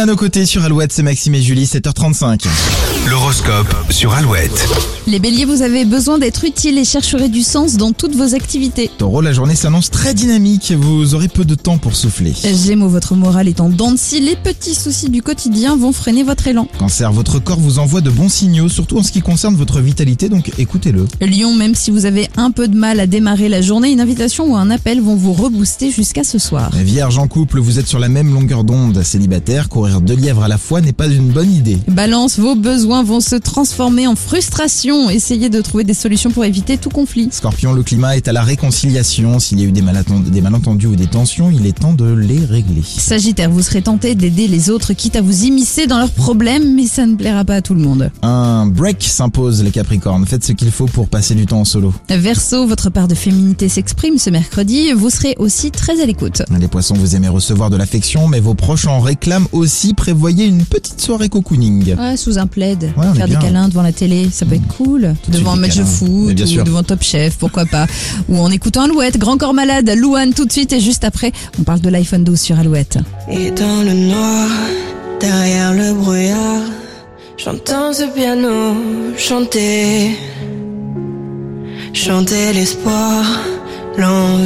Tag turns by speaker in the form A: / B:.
A: à nos côtés sur Alouette, c'est Maxime et Julie, 7h35.
B: L'horoscope sur Alouette.
C: Les béliers, vous avez besoin d'être utile et chercherez du sens dans toutes vos activités.
A: Taureau, la journée s'annonce très dynamique, vous aurez peu de temps pour souffler.
C: Gémeaux, votre morale est en dents de scie, les petits soucis du quotidien vont freiner votre élan.
A: Cancer, votre corps vous envoie de bons signaux, surtout en ce qui concerne votre vitalité, donc écoutez-le.
C: Lyon, même si vous avez un peu de mal à démarrer la journée, une invitation ou un appel vont vous rebooster jusqu'à ce soir.
A: Vierge en couple, vous êtes sur la même longueur d'onde. Célibataire, courir deux lièvres à la fois n'est pas une bonne idée.
C: Balance, vos besoins vont se transformer en frustration. Essayez de trouver des solutions pour éviter tout conflit.
A: Scorpion, le climat est à la réconciliation. S'il y a eu des, malaten- des malentendus ou des tensions, il est temps de les régler.
C: Sagittaire, vous serez tenté d'aider les autres quitte à vous immiscer dans leurs problèmes, mais ça ne plaira pas à tout le monde.
A: Un break s'impose, les Capricornes. Faites ce qu'il faut pour passer du temps en solo.
C: Verseau, votre part de féminité s'exprime ce mercredi, vous serez aussi très à l'écoute.
A: Les poissons, vous aimez recevoir de l'affection, mais vos proches en réclament aussi. Prévoyez une petite soirée cocooning.
C: Ouais, sous un plaid,
A: on est
C: faire des
A: bien. Mmh.
C: câlins devant la télé, ça peut être cool.
A: de suite
C: devant un
A: des
C: match de
A: câlins. Mais
C: foot
A: bien
C: ou
A: sûr.
C: devant Top Chef, pourquoi pas. ou en écoutant Alouette, Grand Corps Malade, Louane tout de suite et juste après, on parle de l'iPhone 12 sur Alouette.
D: Et dans le noir, derrière le brouillard, j'entends ce piano chanter, chanter l'espoir, l'envie.